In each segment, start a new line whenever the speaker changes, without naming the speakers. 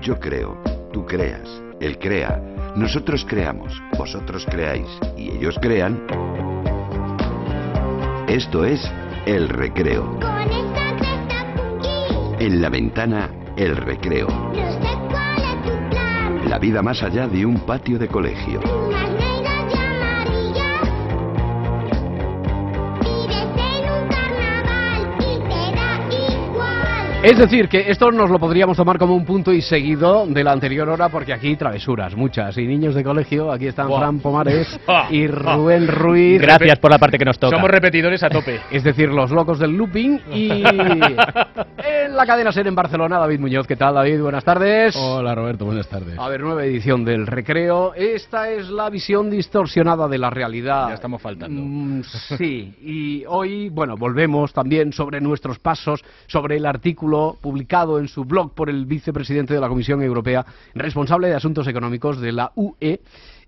Yo creo, tú creas, él crea, nosotros creamos, vosotros creáis y ellos crean. Esto es El Recreo. En la ventana, El Recreo. La vida más allá de un patio de colegio.
Es decir, que esto nos lo podríamos tomar como un punto y seguido de la anterior hora, porque aquí travesuras, muchas. Y niños de colegio, aquí están
Buah.
Fran Pomares
Buah.
y Rubén Ruiz.
Ah, Gracias por la parte que nos toca.
Somos repetidores a tope.
Es decir, los locos del looping y en la cadena Ser en Barcelona, David Muñoz. ¿Qué tal, David? Buenas tardes.
Hola Roberto, buenas tardes.
A ver, nueva edición del recreo. Esta es la visión distorsionada de la realidad.
Ya estamos faltando.
Mm, sí, y hoy, bueno, volvemos también sobre nuestros pasos, sobre el artículo publicado en su blog por el vicepresidente de la Comisión Europea, responsable de asuntos económicos de la UE.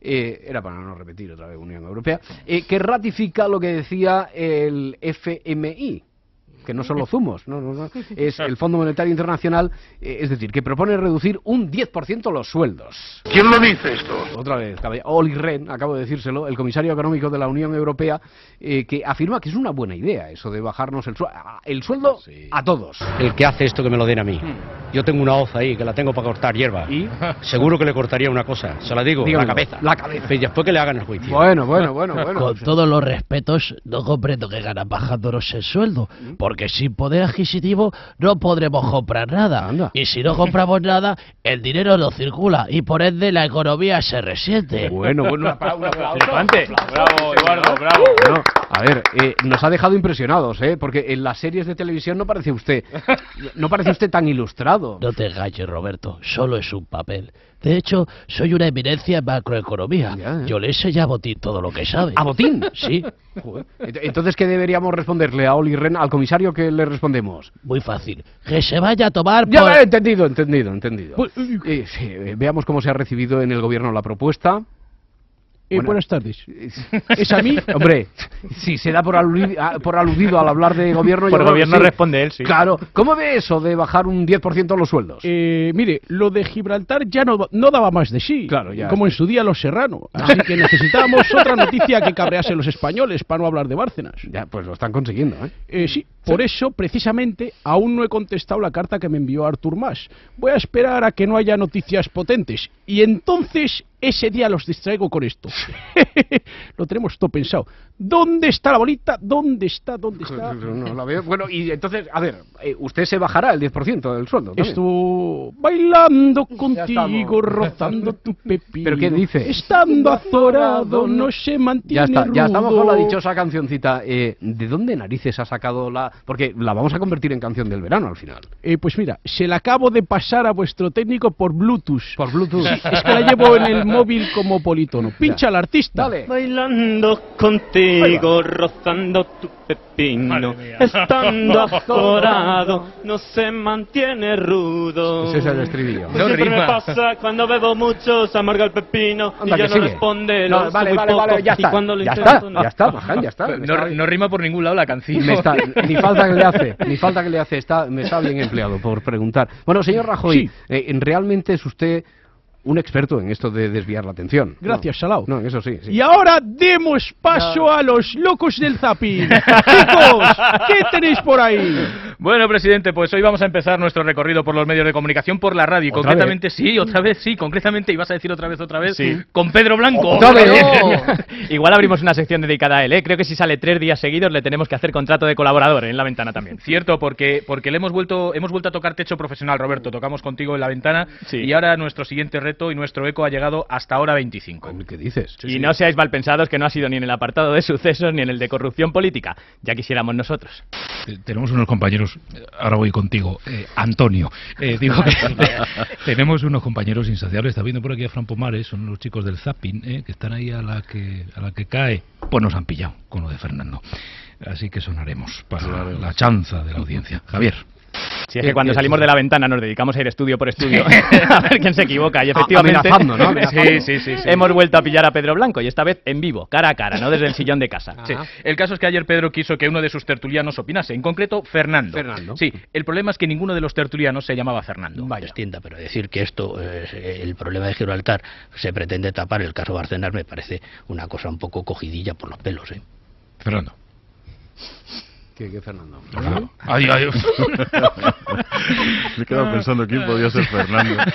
eh, era para no repetir otra vez Unión Europea, eh, que ratifica lo que decía el FMI, que no son los zumos, no, no, no, es el Fondo Monetario Internacional, eh, es decir, que propone reducir un 10% los sueldos.
¿Quién lo dice esto?
Otra vez, caballa- Olli Rehn, acabo de decírselo, el comisario económico de la Unión Europea, eh, que afirma que es una buena idea eso de bajarnos el, sueldo, el sueldo
Sí.
a todos. Hmm.
El que hace esto que me lo den a mí. Yo tengo una hoz ahí que la tengo para cortar hierba.
Y,
Seguro que le cortaría una cosa, se la digo,
dígamelo,
la cabeza.
La cabeza.
Y después que le hagan el juicio.
Bueno, bueno, bueno, bueno.
Con todos los respetos, no comprendo que gana pájaros el sueldo,
¿Mm?
porque sin poder adquisitivo no podremos comprar nada.
Anda.
Y si no compramos nada, el dinero no circula y por ende la economía se resiente.
Bueno, bueno, una pa- un aplauso.
Flipante. Bravo, Eduardo, bravo.
Bueno, a ver, eh, nos ha dejado impresionados, ¿eh? Porque en las series de televisión no parece usted, no parece usted tan ilustrado.
No te engañes, Roberto, solo es un papel. De hecho, soy una eminencia en macroeconomía.
Ya, ya.
Yo le sé ya a Botín todo lo que sabe.
¿A Botín?
Sí,
Joder. Ent- Entonces, ¿qué deberíamos responderle a Oli Ren, al comisario que le respondemos?
muy fácil. Que se vaya a tomar
Ya,
por... Pues,
eh, entendido, entendido, entendido. Eh, sí, eh, veamos cómo se ha recibido en el gobierno la propuesta.
Eh,
Bueno.
buenas tardes.
¿Es a mí? Hombre, si se da por, aludi- a- por aludido al hablar de gobierno... yo
por
creo que
gobierno
sí.
responde él, sí.
Claro. ¿Cómo ve eso de bajar un 10% los sueldos?
Eh, mire, lo de Gibraltar ya no, no daba más de sí,
Claro, ya.
como en su día los Serrano. Así que necesitábamos otra noticia que cabrease los españoles para no hablar de Bárcenas.
Ya, pues lo están consiguiendo, ¿eh?
Eh, sí, por eso, precisamente, aún no he contestado la carta que me envió Artur Mas. Voy a esperar a que no haya noticias potentes. Y entonces, ese día los distraigo con esto. lo tenemos todo pensado. ¿Dónde está la bolita? ¿Dónde está? ¿Dónde está?
No la veo. Bueno, y entonces, a ver, eh, usted se bajará el 10% del sueldo también.
Estuvo bailando contigo,
estamos.
rozando tu pepino.
¿Pero qué dice?
Estando azorado, no se mantiene
Ya está, ya estamos con la
rudo.
dichosa cancioncita. Eh, ¿De dónde narices ha sacado la...? Porque la vamos a convertir en canción del verano al final.
Eh, pues mira, se la acabo de pasar a vuestro técnico por Bluetooth.
Por Bluetooth.
Es que la llevo en el móvil como politono. Pincha al artista.
Dale.
Bailando contigo, rozando tu
Madre
pepino,
mía.
estando azorado, no se mantiene rudo. Pues
Ese es el estribillo.
No
Siempre me
rima.
pasa cuando bebo mucho, se amarga el pepino
Anda,
y ya
que
no
sigue.
responde.
No,
lo uso
vale,
muy
vale,
poco,
vale, ya
y
está.
cuando lo
Ya
intento,
está,
no.
ya está, Maján, ya está. me
No,
está-
no rima por ningún lado la canción.
me está- ni falta que le hace, ni falta que le hace, está, me está bien empleado por preguntar. Bueno, señor Rajoy,
Sí.
eh, ¿realmente es usted un experto en esto de desviar la atención?
Gracias,
No.
Salao.
No, eso sí. sí.
Y ahora demos paso a los locos del zapín. Chicos, ¿qué tenéis por ahí?
Bueno, presidente, pues hoy vamos a empezar nuestro recorrido por los medios de comunicación, por la radio. Y
¿Otra
concretamente, sí, otra vez, sí, concretamente, ibas a decir otra vez, otra vez,
Sí.
con Pedro Blanco.
¡Otra vez!
Igual abrimos una sección dedicada a él, ¿eh? Creo que si sale tres días seguidos le tenemos que hacer contrato de colaborador ¿eh? en la ventana también.
Cierto, porque, porque le hemos vuelto, hemos vuelto a tocar techo profesional, Roberto. Tocamos contigo en la ventana.
Sí.
Y ahora nuestro siguiente reto y nuestro eco ha llegado hasta ahora 25.
¿Qué dices?
y no seáis malpensados que no ha sido ni en el apartado de sucesos ni en el de corrupción política. Ya quisiéramos nosotros.
Eh, Tenemos unos compañeros, eh, ahora voy contigo, eh, Antonio. Eh, digo que tenemos unos compañeros insaciables. Está viendo por aquí a Fran Pomares, son los chicos del Zapping, eh, que están ahí a la que, a la que cae. Pues nos han pillado con lo de Fernando. Así que sonaremos para la chanza de la audiencia. Javier.
Si es que cuando
Eh,
salimos de la ventana nos dedicamos a ir estudio por estudio a ver quién se equivoca. Y efectivamente.
amenazando, ¿no? Amenazando.
Sí, sí, sí, sí. Hemos vuelto a pillar a Pedro Blanco y esta vez en vivo, cara a cara, no desde el sillón de casa.
Sí. El caso es que ayer Pedro quiso que uno de sus tertulianos opinase, en concreto Fernando.
Fernando.
Sí, el problema es que ninguno de los tertulianos se llamaba Fernando.
Vaya. Tienda, pero decir que esto, eh, se- el problema de Gibraltar, se pretende tapar el caso Barcenas me parece una cosa un poco cogidilla por los pelos. ¿eh?
Fernando.
¿Qué, Fernando?
Ah,
Ay, ay.
Me he quedado pensando quién podía ser Fernando.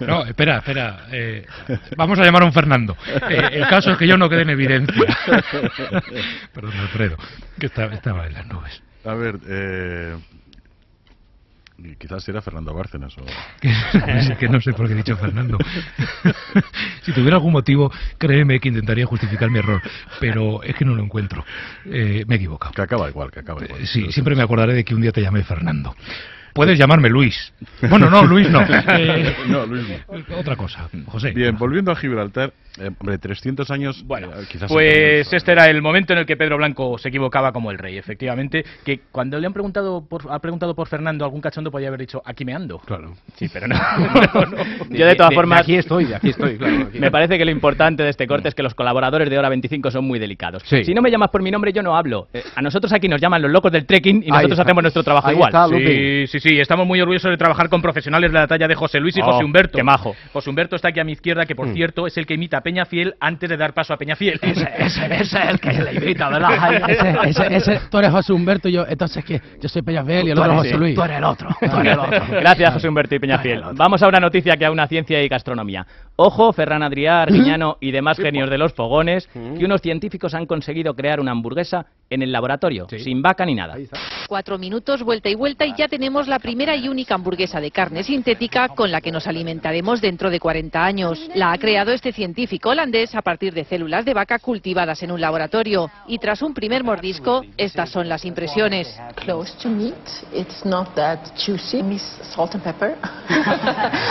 No, espera, espera. eh, vamos a llamar a un Fernando. Eh, el caso es que yo no quede en evidencia. Perdón, Alfredo, que estaba, estaba en las nubes.
A ver, eh, quizás era Fernando Bárcenas o...
Es que no sé por qué he dicho Fernando. si tuviera algún motivo, créeme que intentaría justificar mi error, pero es que no lo encuentro. Eh, me he equivocado.
Que acaba igual, que acaba igual.
Eh, Sí, siempre me acordaré de que un día te llamé Fernando. Puedes llamarme Luis. Bueno, no, Luis no. Eh,
No, Luis no.
Otra cosa, José.
Bien, volviendo a Gibraltar, eh, hombre, 300 años...
Bueno,
eh, quizás 70
pues
años,
este era el momento en el que Pedro Blanco se equivocaba como el rey, efectivamente, que cuando le han preguntado por, ha preguntado por Fernando, algún cachondo podía haber dicho, aquí me ando.
Claro.
Sí, pero no. no, no.
Yo de todas formas.
aquí estoy, de aquí estoy, claro. aquí.
Me parece que lo importante de este corte es que los colaboradores de Hora 25 son muy delicados.
Sí.
Si no me llamas por mi nombre, yo no hablo. Eh, a nosotros aquí nos llaman los locos del trekking y
Ahí
nosotros
está.
hacemos nuestro trabajo
Ahí
igual.
está, Lupi.
Sí, sí, sí, estamos muy orgullosos de trabajar con profesionales de la talla de José Luis y
Oh,
José Humberto.
qué majo. Mm.
José Humberto está aquí a mi izquierda, que por cierto es el que imita a Peña Fiel antes de dar paso a Peña Fiel.
ese es el que le invita, ¿verdad? Ese, ese, ese, tú eres José Humberto y yo, entonces, ¿qué? Yo soy Peñafel y el
Tú
otro es
eres-
José Luis.
tú
eres el otro, tú eres el otro.
Gracias, José Humberto y Peñafiel. Vamos a una noticia que aúna ciencia y gastronomía. Ojo, Ferran
¿Mm?
Adrià, Arguiñano y demás genios de los fogones, que unos científicos han conseguido crear una hamburguesa en el laboratorio, sin vaca ni nada.
Cuatro minutos, vuelta y vuelta, y ya tenemos la primera y única hamburguesa de carne sintética con la que nos alimentaremos dentro de 40 años. La ha creado este científico holandés a partir de células de vaca cultivadas en un laboratorio. Y tras un primer mordisco, estas son las impresiones.
close to meat. It's not that juicy. Miss salt and pepper.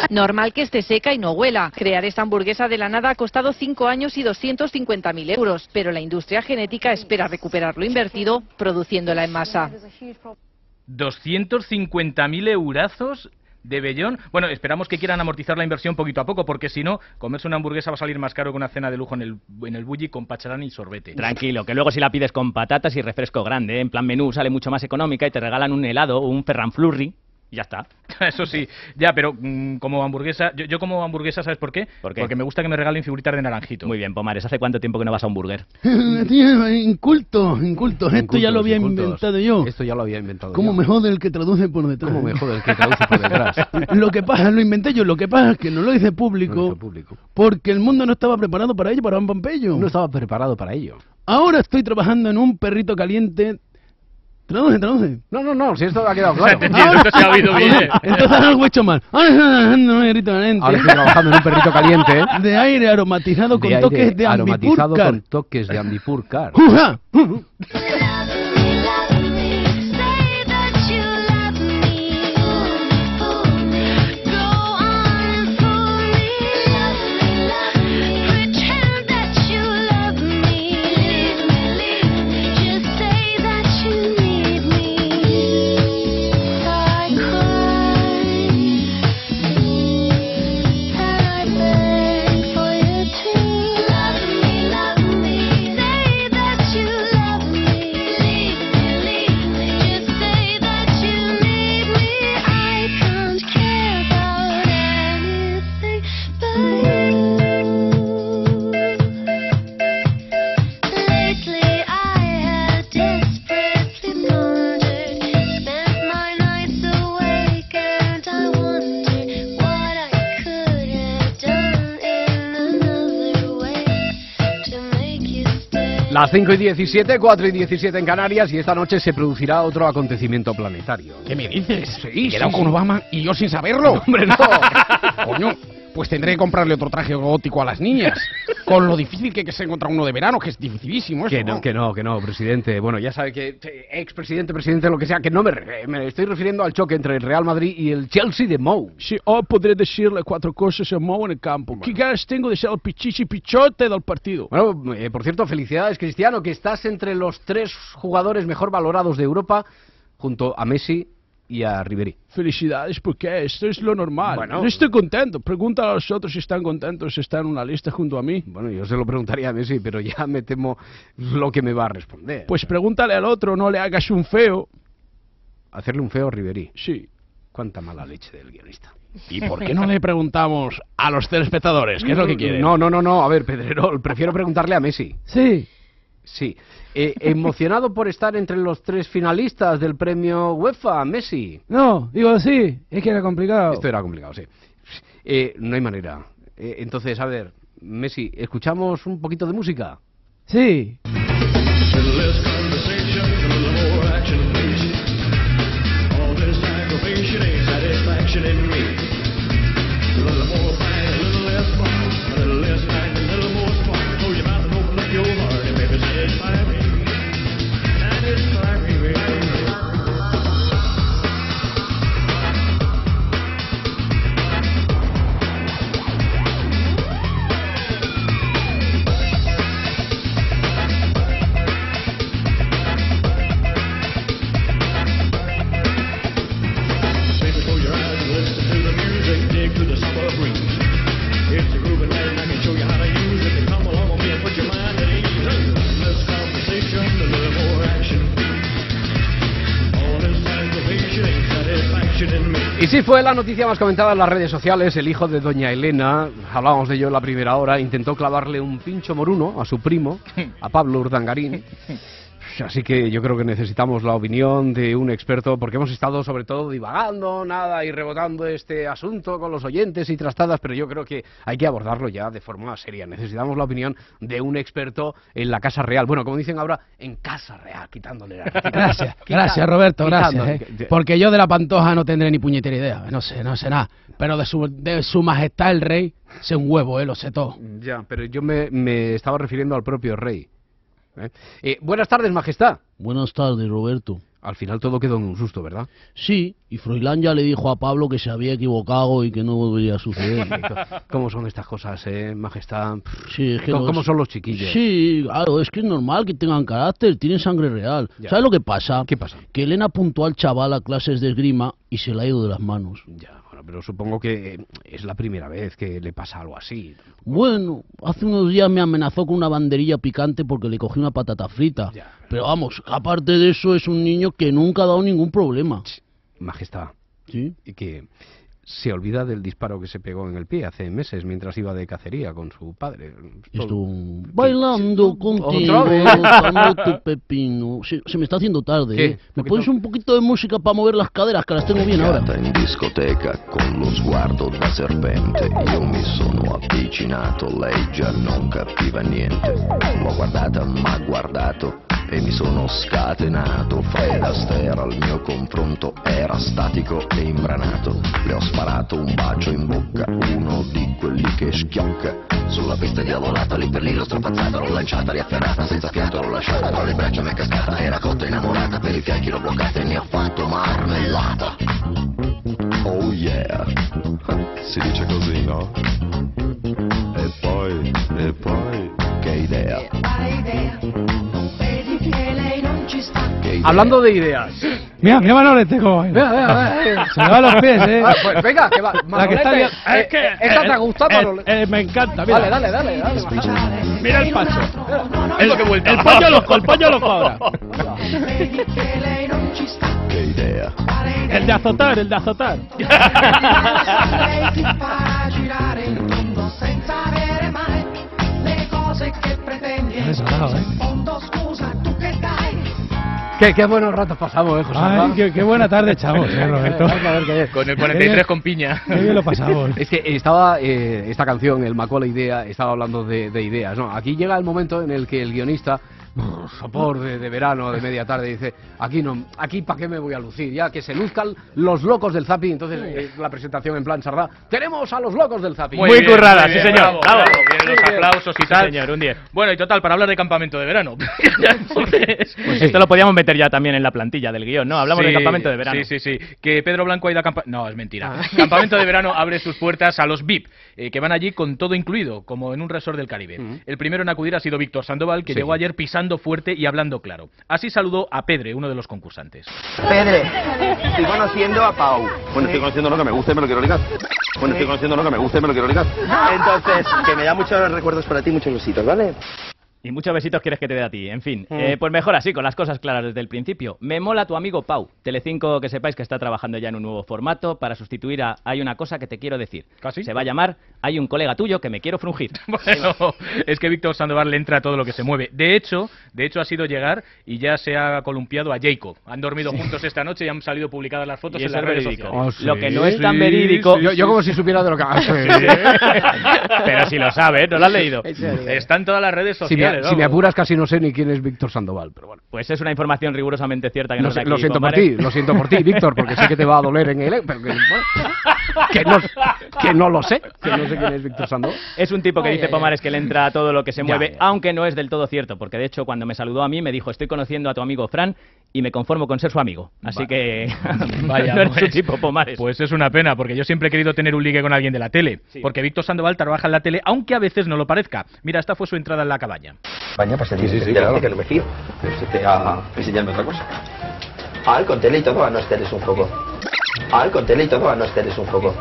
Normal que esté seca y no huela. Crear esta hamburguesa de la nada ha costado 5 años y 250.000 euros, pero la industria genética espera recuperar lo invertido produciéndola en masa.
250.000 eurazos de Bellón. Bueno, esperamos que quieran amortizar la inversión poquito a poco, porque si no, comerse una hamburguesa va a salir más caro que una cena de lujo en el, en el bulli con pacharán y sorbete.
Tranquilo, que luego si la pides con patatas y refresco grande, ¿eh? en plan menú, sale mucho más económica y te regalan un helado o un Ferran Flurry. y Ya está.
Eso sí, ya, pero mm, como hamburguesa, yo, yo como hamburguesa, ¿sabes por qué?
¿Por qué?
Porque me gusta que me regalen figuritas de naranjito.
Muy bien, Pomares, ¿hace cuánto tiempo que no vas a un burger?
Tío, inculto, inculto. Esto ya lo había
Incultos,
Pues
inventado yo.
Esto ya lo había inventado
¿Cómo
yo.
me jode el que traduce por detrás?
¿Cómo me jode el que traduce por detrás?
Lo que pasa, lo inventé yo. Lo que pasa es que no lo hice público porque el mundo no estaba preparado para ello, para un Pompeyo.
No estaba preparado para ello.
Ahora estoy trabajando en un perrito caliente. Traduce, traduce. Ah,
No, no, no, si esto ha quedado claro.
Entonces algo he hecho mal. Ah, Ahora estoy trabajando en un perrito caliente.
Ahora estoy trabajando en un perrito caliente. ¿eh?
De aire aromatizado con
De aire
toques de
aromatizado
ambipurcar.
con toques de ambipurcar.
¡Ujá!
Las 5 y 17, 4 y 17 en Canarias y esta noche se producirá otro acontecimiento planetario.
¿Qué me dices?
Sí,
Quedado
sí,
con
sí.
Obama y yo sin saberlo.
hombre, no.
Coño, pues tendré que comprarle otro traje gótico a las niñas. Con lo difícil que que se encuentra uno de verano, que es dificilísimo eso.
Que no, que no, que no, presidente. Bueno, ya sabe que eh, expresidente, presidente, lo que sea, que no me, re- eh, me estoy refiriendo al choque entre el Real Madrid y el Chelsea de Mou.
Sì, o potrei decirle quattro cose se muovo nel campo. Che ganas tengo di essere il piccici picciotte del partito?
Bueno, eh, por cierto, felicidades, Cristiano, que estás entre los tres jugadores mejor valorados de Europa junto a Messi y a Ribery.
Felicidades, porque esto es lo normal.
Bueno.
no estoy contento. Pregunta a los otros si están contentos, si están en una lista junto a mí.
Bueno, yo se lo preguntaría a Messi, pero ya me temo lo que me va a responder.
Pues pregúntale al otro, no le hagas un feo.
Hacerle un feo a Ribery.
Sí.
Cuánta mala leche del guionista.
¿Y por qué no le preguntamos a los telespectadores? ¿Qué es lo que quieren?
No, no, no, no. A ver, Pedrerol, prefiero preguntarle a Messi.
Sí.
Sí. Eh, ¿Emocionado por estar entre los tres finalistas del premio UEFA, Messi?
No, digo sí, es que era complicado.
Esto era complicado, sí. Eh, no hay manera. Eh, entonces, a ver, Messi, ¿escuchamos un poquito de música?
Sí.
Y sí fue la noticia más comentada en las redes sociales. El hijo de Doña Elena, hablábamos de ello en la primera hora, intentó clavarle un pincho moruno a su primo, a Pablo Urdangarín. Así que yo creo que necesitamos la opinión de un experto, porque hemos estado sobre todo divagando, nada, y rebotando este asunto con los oyentes y trastadas, pero yo creo que hay que abordarlo ya de forma seria. Necesitamos la opinión de un experto en la Casa Real. Bueno, como dicen ahora, en Casa Real, quitándole la...
Gracias, gracias Roberto, gracias. eh. Porque yo de la pantoja no tendré ni puñetera idea, no sé, no sé nada. Pero de su, de su majestad el rey, sé un huevo, eh, lo sé todo.
Ya, pero yo me, me estaba refiriendo al propio rey. ¿eh? Eh, buenas tardes, Majestad.
Buenas tardes, Roberto.
Al final todo quedó en un susto, ¿verdad?
Sí, y Froilán ya le dijo a Pablo que se había equivocado y que no volvería a suceder.
¿Cómo son estas cosas, eh, Majestad?
Sí, es que
¿Cómo,
no
cómo
es-
son los chiquillos?
Sí, claro, es que es normal que tengan carácter, tienen sangre real.
Ya.
¿Sabes lo que pasa?
¿Qué pasa?
Que Elena apuntó al chaval a clases de esgrima y se le ha ido de las manos.
Ya, bueno, pero supongo que eh, es la primera vez que le pasa algo así.
Bueno, hace unos días me amenazó con una banderilla picante porque le cogí una patata frita. Pero vamos, aparte de eso, es un niño que nunca ha dado ningún problema.
Majestad.
Sí.
Y que se olvida del disparo que se pegó en el pie hace meses mientras iba de cacería con su padre.
Esto, bailando
Otra
contigo,
vez.
dando tu pepino. Se, se me está haciendo tarde.
¿Qué?
¿eh? ¿Me pones un poquito de música para mover las caderas, que las tengo bien ahora?
Iniziata in discoteca con lo sguardo da serpente Io mi sono avvicinato, lei già non capiva niente L'ho guardata, m'ha guardato e mi sono scatenato Fred Astaire al mio confronto era statico e imbranato Le ho sparato un bacio in bocca, uno di quelli che schiocca Sulla pista diavolata, lì per lì l'ho strapazzata L'ho lanciata, riafferrata, senza fiato l'ho lasciata Tra le braccia mi è cascata, era cotta innamorata Per i fianchi l'ho bloccata e ne ho fatto marmellata Oh yeah, si dice così, no? E poi, e poi, che idea, che idea.
Hablando de ideas.
Mira, mira Manolete este, cómo baila.
Vea, vea, vea.
Se le va los pies, eh.
Pues venga, que va.
La que está
Manolete,
bien.
eh, eh, esta te ha gustado, Manolete.
me encanta, mira.
Dale, dale, dale, dale,
Mira el paso.
El-
El pollo loco, el pollo loco ahora.
Che idea.
El de azotar, el de azotar.
Qué, qué buenos ratos pasamos, eh, José.
Ay,
Ramón.
qué, qué buena tarde, chavos, eh, Roberto.
Con el
Qué bien.
43 con piña.
Qué bien lo pasamos.
Es que estaba eh, esta canción, el Macola Idea, estaba hablando de, de ideas. No, aquí llega el momento en el que el guionista, brr, sopor de, de verano, de media tarde, dice: Aquí no, aquí para qué me voy a lucir, ya que se luzcan los locos del Zapi. Entonces, eh, la presentación en plan sarda: Tenemos a los locos del Zapi.
Muy, bien, muy bien, Bravo, bravo, bien, los aplausos y tal.
señor, un
Bueno, y total, para hablar de campamento de verano.
Pues esto lo podíamos meter ya también en la plantilla del guión, ¿no? Hablamos del
Sí,
campamento de verano.
Sí, sí, sí. Que Pedro Blanco ha ido a campamento. No, es mentira. Campamento de verano abre sus puertas a los VIP, eh, que van allí con todo incluido, como en un resort del Caribe. El primero en acudir ha sido Víctor Sandoval, que
Sí.
llegó ayer pisado pensando fuerte y hablando claro. Así saludó a Pedre, uno de los concursantes.
Pedre, estoy conociendo a Pau.
Bueno, estoy conociendo lo que me gusta y me lo quiero ligar. Bueno, estoy conociendo lo que me gusta y me lo quiero ligar.
Entonces, que me da muchos recuerdos para ti, muchos besitos, ¿vale?
Y muchos besitos quieres que te dé a ti. En fin,
Mm.
eh, pues mejor así, con las cosas claras desde el principio. Me mola tu amigo Pau. Telecinco, que sepáis que está trabajando ya en un nuevo formato para sustituir a Hay una cosa que te quiero decir.
¿Ah,
Se va a llamar Hay un colega tuyo que me quiero frungir.
Bueno, es que Víctor Sandoval le entra a todo lo que se mueve. De hecho, de hecho ha sido llegar y ya se ha columpiado a Jacob. Han dormido juntos esta noche y han salido publicadas las fotos
Y
en
eso
las
es
redes
verídico. Oh,
sociales.
Oh,
Lo que no es tan verídico.
Yo, yo como si supiera de lo que Ah, sí.
Pero si lo sabes, no lo has leído.
Está en todas las redes
Si me,
sociales.
si me
vamos.
apuras casi no sé ni quién es Víctor Sandoval, pero bueno.
Pues es una información rigurosamente cierta que
Lo,
nos da
sé- lo
aquí
siento por
Pomare.
ti, lo siento por ti, Víctor, porque sé que te va a doler en el... pero que, bueno, que no, que no lo sé, que no sé quién es Víctor Sandoval.
Es un tipo que
Ay,
dice
ay, ay.
Pomares que le entra a todo lo que se
Ya,
mueve,
ya,
aunque no es del todo cierto, porque de hecho cuando me saludó a mí me dijo, estoy conociendo a tu amigo Fran y me conformo con ser su amigo. Así que
Vaya,
no eres
pues.
su tipo Pomares.
Pues es una pena, porque yo siempre he querido tener un ligue con alguien de la tele. Porque Víctor Sandoval trabaja en la tele, aunque a veces no lo parezca. Mira, esta fue su entrada en la cabaña.
España, pues sí, sí, sí, claro. que no me fío. Este, a enseñarme otra cosa. Al con tele y todo, a no esteres un poco. Al con tele y todo, a no esteres un poco.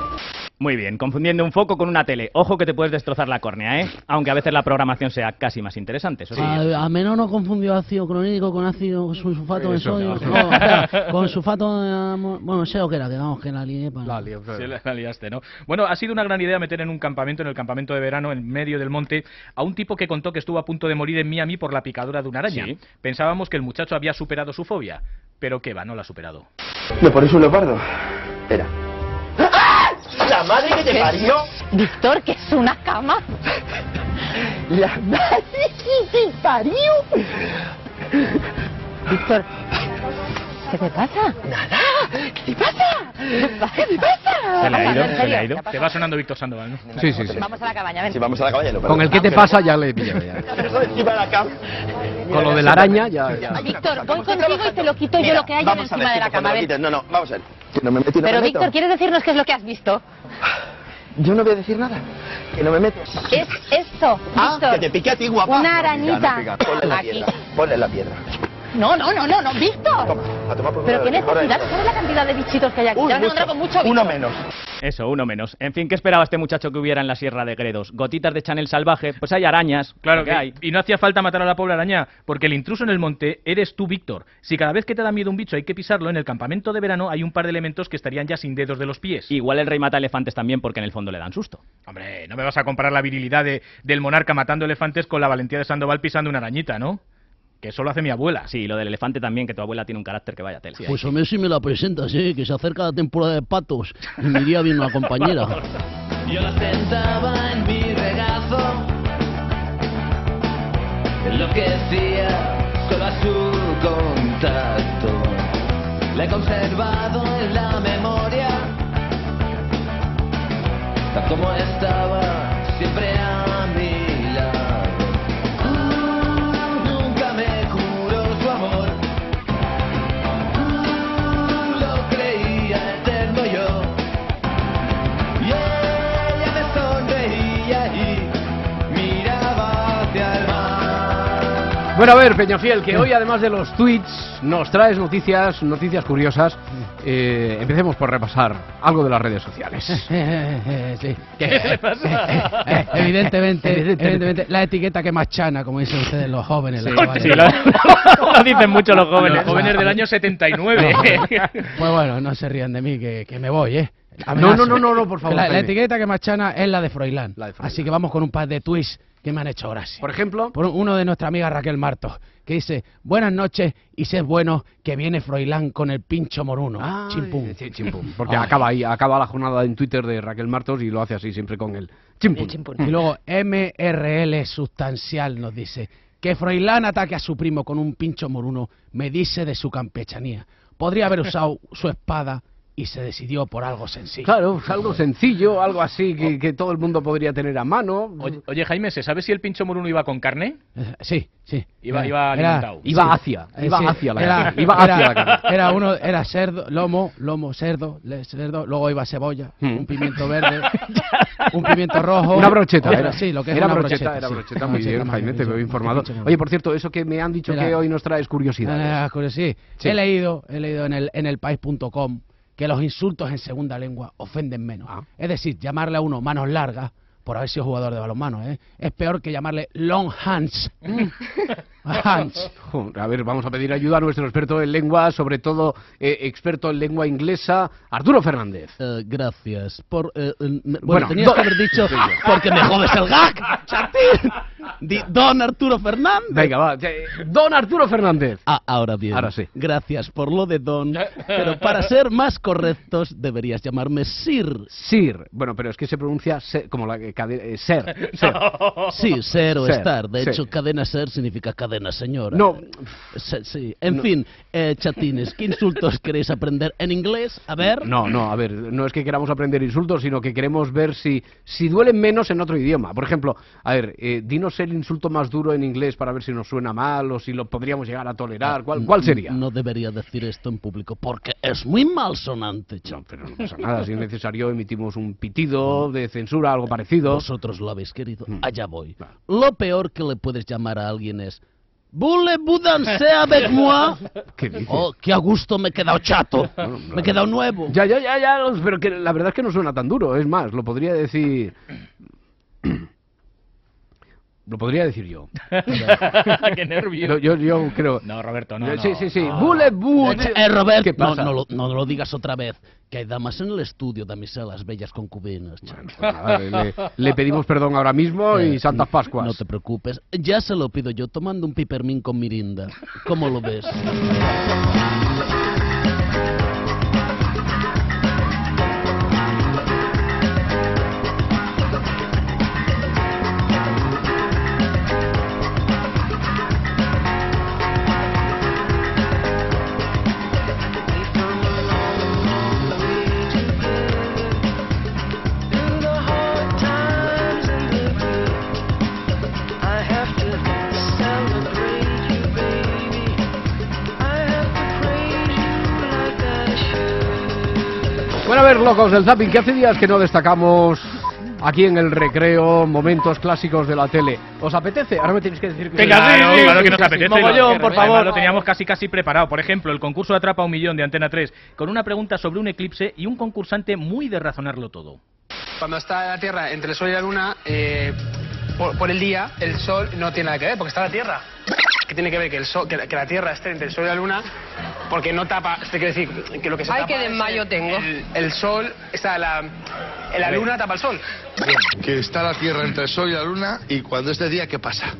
Muy bien, confundiendo un foco con una tele. Ojo que te puedes destrozar la córnea, ¿eh? Aunque a veces la programación sea casi más interesante. Eso sí.
Ah, eh, A, a menos no confundió ácido clorhídrico con ácido su- sulfato de
Eso,
sodio.
no.
No, espera, con sulfato de amor. Bueno, sé lo que era, que vamos, que la lié pues para.
Sí, la- la liaste, ¿no? Bueno, ha sido una gran idea meter en un campamento, en el campamento de verano, en medio del monte, a un tipo que contó que estuvo a punto de morir en Miami por la picadura de una araña.
Sí.
Pensábamos que el muchacho había superado su fobia, pero que va, no la ha superado.
¿Me ponéis un leopardo? Espera.
La madre que te parió.
Víctor, que es una cama.
La madre que te parió.
Víctor, ¿qué te pasa? Nada. ¿Qué te pasa? ¿Qué te pasa?
Se le ha
Vamos,
ido,
en
se le ha
serio.
ido. Te va sonando Víctor Sandoval, ¿no?
Sí, sí, sí.
Vamos a la cabaña, ven.
vamos a la cabaña,
Con el que te pasa ya le pillo. Con lo de la araña ya...
Víctor, voy contigo y te lo quito yo lo que hay en
Vamos a
encima
ver,
de la
chico, cuando
cama.
lo
ven.
quites. No, no, vamos a ver. Que no me metí, no
Pero
me meto.
Víctor, ¿quieres decirnos qué es lo que has visto?
Yo no voy a decir nada. Que no me meto. Ah,
Es esto, Víctor.
Que te pique a ti, guapa.
Una arañita.
No pica, no pica. Ponle la
Aquí.
piedra. Ponle la piedra.
No, no, no, no, no, Víctor.
A tomar por
Pero qué
culo. Ahora
necesidad,
entra.
¿sabes la cantidad de bichitos que hay aquí?
Uy,
Te has
mucho.
encontrado con mucho
Uno
bicho.
menos.
Eso, uno menos. En fin, ¿qué esperaba este muchacho que hubiera en la Sierra de Gredos? ¿Gotitas de Chanel salvaje? Pues hay arañas.
Claro
que
que-
hay.
Y no hacía falta matar a la pobre araña, porque el intruso en el monte eres tú, Víctor. Si cada vez que te da miedo un bicho hay que pisarlo, en el campamento de verano hay un par de elementos que estarían ya sin dedos de los pies.
Igual el rey mata elefantes también porque en el fondo le dan susto.
Hombre, no me vas a comparar la virilidad de- del monarca matando elefantes con la valentía de Sandoval pisando una arañita, ¿no? Que eso lo hace mi abuela.
Sí, lo del elefante también, que tu abuela tiene un carácter que vaya tela.
Pues a mí si me la presentas, eh, que se acerca la temporada de patos y me iría bien una compañera.
Yo la sentaba en mi regazo, enloquecía solo a su contacto. La he conservado en la memoria, tal como estaba siempre a mi lado. Ah, Nunca me juró su amor, Ah, lo creía eterno yo. Y ella me sonreía y miraba hacia el mar.
Bueno, a ver, Peñafiel, que hoy además de los tweets nos traes noticias, noticias curiosas. Eh, empecemos por repasar algo de las redes sociales.
Pues, sí.
¿Qué le
pasa? evidentemente, evidentemente, la etiqueta que más chana, como dicen ustedes los jóvenes.
Sí,
los chavales.
sí, lo- lo dicen mucho los jóvenes.
Los jóvenes del año
79.
Pues bueno, no se rían de mí, que, que me voy, ¿eh?
No, no, no, no, no, por favor,
La, la
Jaime.
etiqueta que más chana es la de Froilán. Así que vamos con un par de tweets que me han hecho gracia.
Por ejemplo.
Por uno de nuestra amiga Raquel Martos, que dice: Buenas noches y sed bueno que viene Froilán con el pincho moruno. chimpum.
Ah,
Ah,
Porque
Ay.
acaba ahí, acaba la jornada en Twitter de Raquel Martos y lo hace así siempre con el chimpun.
Y luego MRL Sustancial nos dice que Froilán ataque a su primo con un pincho moruno, me dice de su campechanía. Podría haber usado su espada y se decidió por algo sencillo. Oh.
Claro, pues algo sencillo, algo así que, que todo el mundo podría tener a mano.
Oye, oye, Jaime, ¿se sabe si el pincho moruno iba con carne?
eh, Sí, sí.
Iba-
Era-
iba
era-
alimentado.
Iba hacia,
Eh,
iba
sí,
hacia la
era-
carne, iba hacia
era-
la carne.
Era uno, era cerdo, lomo, lomo, cerdo, le- cerdo, luego iba cebolla,
Mm.
un pimiento verde, un pimiento rojo.
Una brocheta,
Bueno,
era.
Sí, lo que es
era
una
brocheta,
brocheta.
Era
sí.
brocheta,
Una
muy bien,
brocheta,
Jaime, te
maravilloso,
veo informado.
pincho
Oye, por cierto, eso que me han dicho
Mira.
que hoy nos traes curiosidades.
Ah, curiosidad. sí.
Sí.
He leído, he leído en el, en el país.com que los insultos en segunda lengua ofenden menos.
Ah.
Es decir, llamarle a uno manos largas por haber sido jugador de balonmano, ¿eh? es peor que llamarle long hands.
Mm.
Hans.
A ver, vamos a pedir ayuda a nuestro experto en lengua, sobre todo eh, experto en lengua inglesa, Arturo Fernández.
Eh, gracias por... eh, eh, me- bueno,
Bueno,
tenías
do-
que haber dicho
Sí.
porque me jodes el gag, chatín. Di- don Arturo Fernández.
Venga, va. eh, Don Arturo Fernández.
Ah, ahora bien.
Ahora sí.
Gracias por lo de don. Pero para ser más correctos deberías llamarme Sir.
Sir. Bueno, pero es que se pronuncia se- como la que cade- eh, ser. ser.
Sí, ser o
Ser,
estar. De
sí.
hecho, cadena ser significa cadena señora.
No.
Se- sí. En
No.
fin, eh, chatines, ¿qué insultos queréis aprender en inglés? A ver.
No, no, a ver, no es que queramos aprender insultos, sino que queremos ver si, si duelen menos en otro idioma. Por ejemplo, a ver, eh, dinos el insulto más duro en inglés para ver si nos suena mal o si lo podríamos llegar a tolerar. ¿Cuál,
Mm,
cuál sería?
No debería decir esto en público porque es muy malsonante, chatín. Mm.
pero no pasa nada, si es necesario emitimos un pitido de censura, algo parecido. Mm.
Vosotros lo habéis querido. Allá voy. Lo peor que le puedes llamar a alguien es... Voulez-vous danser avec moi?
¿Qué dices?
Oh, qué a gusto me he quedado chato.
Bueno,
me he quedado nuevo.
Ya, ya, ya, ya, los- pero que la verdad es que no suena tan duro. Es más, lo podría decir... Lo podría decir yo.
Qué
Yo,
nervio.
yo, yo creo...
No, Roberto, no.
Yo- sí,
no,
sí, sí.
no.
Bullet, bullet.
Eh, eh, Robert,
¿Qué
no,
pasa?
no lo, no lo digas otra vez. Que hay damas en el estudio, damiselas, bellas concubinas. Eh,
Pues nada, le- le, le pedimos perdón ahora mismo y Santas Pascuas.
No te preocupes, ya se lo pido yo tomando un pipermín con Mirinda. ¿Cómo lo ves?
Bueno, a ver, locos del zapping, que hace días que no destacamos aquí en el recreo momentos clásicos de la tele. ¿Os apetece? Ahora me tenéis que decir que...
Venga,
Claro, claro
que nos apetece.
Mogollón, por favor.
Lo teníamos casi casi preparado. Por ejemplo, el concurso Atrapa un Millón de Antena 3, con una pregunta sobre un eclipse y un concursante muy de razonarlo todo.
Cuando está la Tierra entre el Sol y la Luna, eh, por, por el día el Sol no tiene nada que ver, porque está la Tierra. ¿Qué tiene que ver que, el sol, que, la, que la Tierra esté entre el Sol y la Luna? Porque no tapa, es decir, quiero decir, que lo que se
Ay,
tapa
qué desmayo
es el- El, el Sol, está la, la Luna tapa el Sol.
Que está la Tierra entre el Sol y la Luna y cuando es de día, ¿qué pasa?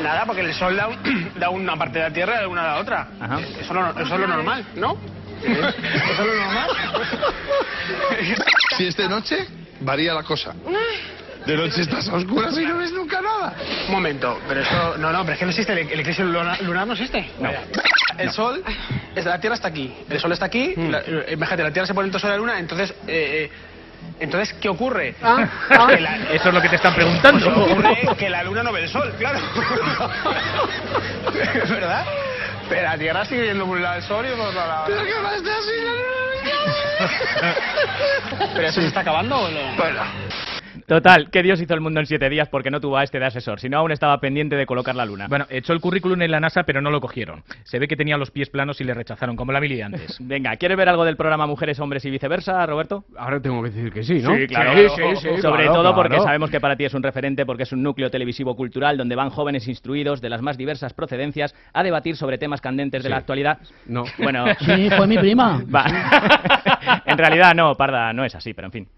Nada, porque el Sol da, un- da una parte de la Tierra y una de la otra. Eso, es lo- eso es lo normal, ¿no? Eso es lo normal.
Si es de noche, varía la cosa. De noche estás a oscuras y no ves nunca nada.
Un momento, pero eso... No, no, pero es que no existe, el, el eclipse luna- lunar, no
este?
existe. Vaya. El sol, es- la Tierra está aquí, el sol está aquí, la- eh, imagínate, la Tierra se pone entre el sol y la luna, entonces... eh, eh, entonces, ¿qué ocurre?
Ah,
Que la-
Eso es lo que te están preguntando.
Ah, Pues lo que ocurre es que la luna no ve el sol, claro. ¿Verdad? Pero la Tierra sigue viendo por un lado el sol y por otro lado...
Pero ¿qué más da si la luna?
¿Pero eso se está acabando o no?
Bueno.
Total, que Dios hizo el mundo en siete días porque no tuvo a este de asesor, sino aún estaba pendiente de colocar la luna.
Bueno, echó el currículum en la NASA, pero no lo cogieron. Se ve que tenía los pies planos y le rechazaron, como la Billy antes.
Venga, ¿quieres ver algo del programa Mujeres, Hombres y Viceversa, Roberto?
Ahora tengo que decir que sí, ¿no?
Sí, claro. Sobre todo porque sabemos que para ti es un referente porque es un núcleo televisivo cultural donde van jóvenes instruidos de las más diversas procedencias a debatir sobre temas candentes de la actualidad.
No.
Bueno.
Sí, fue mi prima.
Va. en realidad no, Parda, no es así, pero en fin.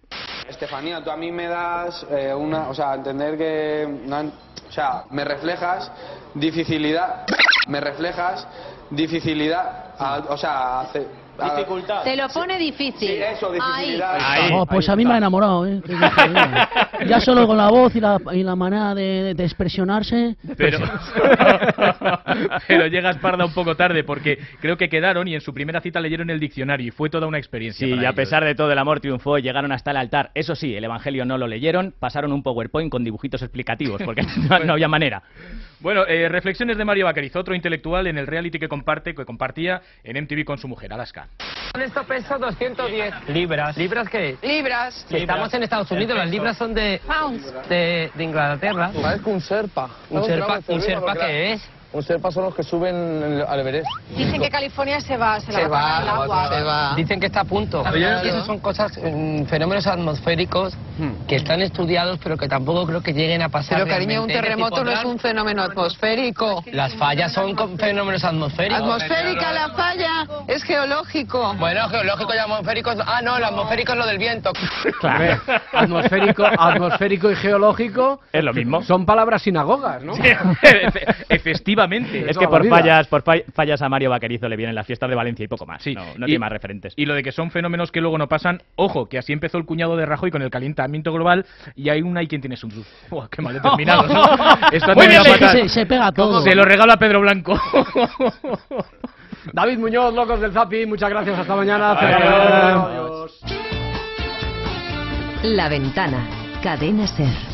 Estefanía, tú a mí me das eh, una, o sea, entender que, no en- o sea, me reflejas dificilidad, me reflejas dificilidad, a- o sea, hace, a-
Te lo pone difícil.
Sí, eso, dificultad.
Oh, pues a mí me ha enamorado, ¿eh? Qué casualidad. Ya solo con la voz y la, y la manera de, de expresionarse. Pues
Pero, pero llegas parda un poco tarde porque creo que quedaron y en su primera cita leyeron el diccionario y fue toda una experiencia.
Sí,
para
y a
ellos.
pesar de todo el amor triunfó, y llegaron hasta el altar. Eso sí, el Evangelio no lo leyeron, pasaron un PowerPoint con dibujitos explicativos, porque no, no había manera.
Bueno, eh, reflexiones de Mario Bacariz, otro intelectual en el reality que comparte, que compartía en MTV con su mujer, Alaska.
Esto pesa 210. Libras. ¿Libras qué? Libras. Si estamos en Estados Unidos, las libras son de, Pounds. de, de Inglaterra.
Parezco Pues un serpa.
¿Un serpa, un serpa qué es?
Un serpa son los que suben el- al Everest.
Dicen que California se va, se, la va, a pagar el agua.
Dicen que está a punto.
Oye.
Y esos son cosas, mm, fenómenos atmosféricos
Hmm.
que están estudiados, pero que tampoco creo que lleguen a pasar.
Pero cariño, un
realmente.
terremoto
Este
no
tipo
es un fenómeno atmosférico.
de- Las fallas son con- fenómenos atmosféricos.
Atmosférica la falla, es geológico.
Bueno, geológico y atmosférico. es- Ah, no, el atmosférico es lo del viento.
Hombre, Atmosférico, atmosférico y geológico.
Es lo mismo.
Son palabras sinagogas, ¿no?
Efectivamente.
Es que por fallas, por fa- fallas a Mario Vaquerizo le vienen las fiestas de Valencia y poco más. No, no
Y-
tiene más referentes.
Y lo de que son fenómenos que luego no pasan, ojo, que así empezó el cuñado de Rajoy con el calentamiento global y hay una y quien tiene sus... Buah, qué mal he terminado, ¿no? Esto ha
Muy bien,
terminado
es que
fatal.
se- se pega todo.
Se lo regalo a Pedro Blanco.
David Muñoz, Locos del Zapi, muchas gracias, hasta mañana.
La ventana. Cadena Ser.